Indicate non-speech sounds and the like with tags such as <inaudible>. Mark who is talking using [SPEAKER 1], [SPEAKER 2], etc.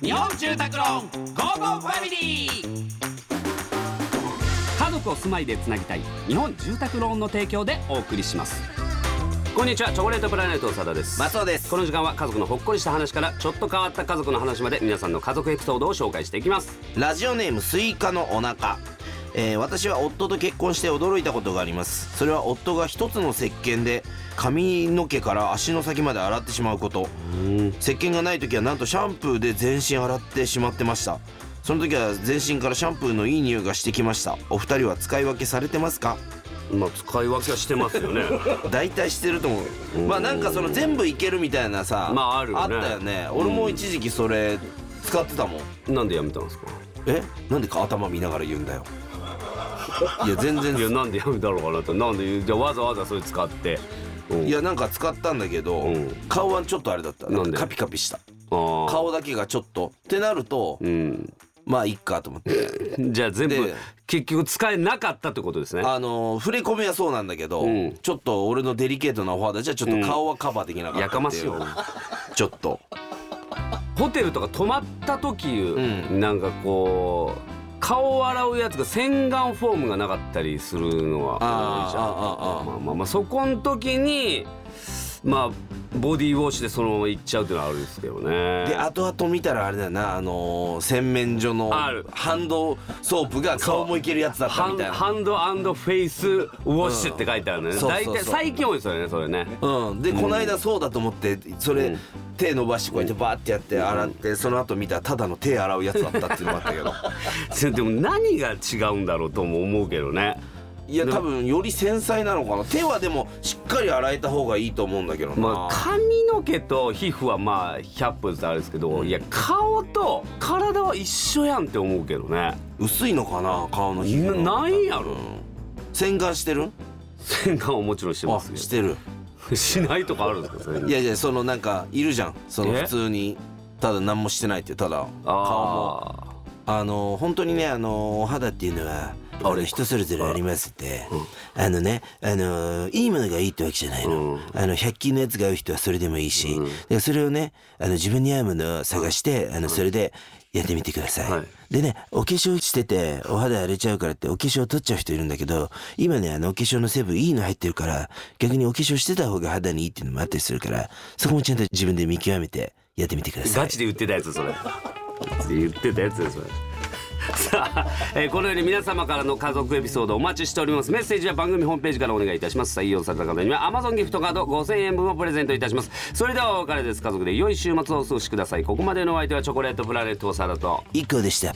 [SPEAKER 1] 日本住宅ローンゴーゴーファミリー家族を住まいでつなぎたい日本住宅ローンの提供でお送りしますこんにちはチョコレートプラネット長田です
[SPEAKER 2] 松尾です
[SPEAKER 1] この時間は家族のほっこりした話からちょっと変わった家族の話まで皆さんの家族エピソードを紹介していきます
[SPEAKER 2] ラジオネームスイカのお腹えー私は夫と結婚して驚いたことがありますそれは夫が一つの石鹸で髪の毛から足の先まで洗ってしまうこと
[SPEAKER 1] うん
[SPEAKER 2] 石鹸がない時はなんとシャンプーで全身洗ってしまってましたその時は全身からシャンプーのいい匂いがしてきましたお二人は使い分けされてますか
[SPEAKER 1] まあ使い分けはしてますよね
[SPEAKER 2] 大体してると思うまあなんかその全部いけるみたいなさ
[SPEAKER 1] まああるよね
[SPEAKER 2] ったよね俺も一時期それ使ってたも
[SPEAKER 1] <laughs>
[SPEAKER 2] ん
[SPEAKER 1] なんでやめたんですか
[SPEAKER 2] えなんでか頭見ながら言うんだ
[SPEAKER 1] <laughs>
[SPEAKER 2] よいや全然
[SPEAKER 1] いやなんでやめたのかなとなんでじゃあわざわざそれ使って、うん
[SPEAKER 2] いやなんか使ったんだけど、
[SPEAKER 1] うん
[SPEAKER 2] 顔はちょっとあれだった
[SPEAKER 1] なんで
[SPEAKER 2] なんかカピカピした
[SPEAKER 1] あー
[SPEAKER 2] 顔だけがちょっとってなると、
[SPEAKER 1] うん
[SPEAKER 2] まあいっかと思
[SPEAKER 1] <laughs>
[SPEAKER 2] って
[SPEAKER 1] じゃあ全部
[SPEAKER 2] で
[SPEAKER 1] 結局使えなかったってことですね
[SPEAKER 2] あのー触れ込みはそうなんだけど、
[SPEAKER 1] うん
[SPEAKER 2] ちょっと俺のデリケートなお肌じゃちょっと顔はカバーできなかったっていう
[SPEAKER 1] やかましいよ
[SPEAKER 2] ちょっと
[SPEAKER 1] ホテルとか泊まった時、
[SPEAKER 2] ん
[SPEAKER 1] なんかこう顔を洗うやつが洗顔フォームがなかったりするのは
[SPEAKER 2] あー
[SPEAKER 1] 多いじゃん
[SPEAKER 2] あーあーあー
[SPEAKER 1] まあまあまあそこの時にまあボディーウォッシュでそのままいっちゃうっていうのはあるんですけどね
[SPEAKER 2] で後々見たらあれだよなあのー洗面所の
[SPEAKER 1] ある
[SPEAKER 2] ハンドソープが顔もいけるやつだった
[SPEAKER 1] ハ
[SPEAKER 2] み
[SPEAKER 1] ン
[SPEAKER 2] たいな
[SPEAKER 1] ハンドフェイスウォッシュって書いてあるのよね
[SPEAKER 2] うんそうそう
[SPEAKER 1] 大
[SPEAKER 2] そう
[SPEAKER 1] 体最近多いですよねそれね
[SPEAKER 2] うん、で、この間そうだと思ってそれ、
[SPEAKER 1] うん
[SPEAKER 2] 手伸ばしてこうやってバーってやって洗って、その後見たらただの手洗うやつだったっていうのもあった
[SPEAKER 1] <laughs>
[SPEAKER 2] けど
[SPEAKER 1] それでも何が違うんだろうとも思うけどね
[SPEAKER 2] いや多分より繊細なのかな手はでもしっかり洗えた方がいいと思うんだけどな、
[SPEAKER 1] まあ、髪の毛と皮膚はまあ100歩ずつあれですけどいや顔と体は一緒やんって思うけどね
[SPEAKER 2] 薄いのかな顔の皮膚の
[SPEAKER 1] なないやろ
[SPEAKER 2] 洗顔してる
[SPEAKER 1] 洗顔はもちろんして
[SPEAKER 2] あ
[SPEAKER 1] ます
[SPEAKER 2] し
[SPEAKER 1] け
[SPEAKER 2] てる
[SPEAKER 1] どしないとかあるんですかそれ
[SPEAKER 2] いやいやそのなんかいるじゃんその
[SPEAKER 1] え
[SPEAKER 2] 普通にただ何もしてないってただ顔も
[SPEAKER 1] あー
[SPEAKER 2] あの本当にねあのお肌っていうのはあれ人それぞれありますって、あのねあのいいものがいいってわけじゃないの、
[SPEAKER 1] うん
[SPEAKER 2] あの100均のやつが合う人はそれでもいいし、だからそれをねあの自分に合うものを探してあのそれでやってみてください、
[SPEAKER 1] はい
[SPEAKER 2] でねお化粧しててお肌荒れちゃうからってお化粧取っちゃう人いるんだけど今ねあのお化粧の成分いいの入ってるから逆にお化粧してた方が肌にいいっていうのもあったりするからそこもちゃんと自分で見極めてやってみてください
[SPEAKER 1] ガチで言ってたやつそれ言ってたやつだそれ <laughs> さあ、えーこのように皆様からの家族エピソードお待ちしておりますメッセージは番組ホームページからお願いいたします採用された方には Amazon ギフトカード5000円分をプレゼントいたしますそれではお別れです家族で良い週末をお過ごしくださいここまでのお相手はチョコレートプラネット長田と
[SPEAKER 2] 一個でした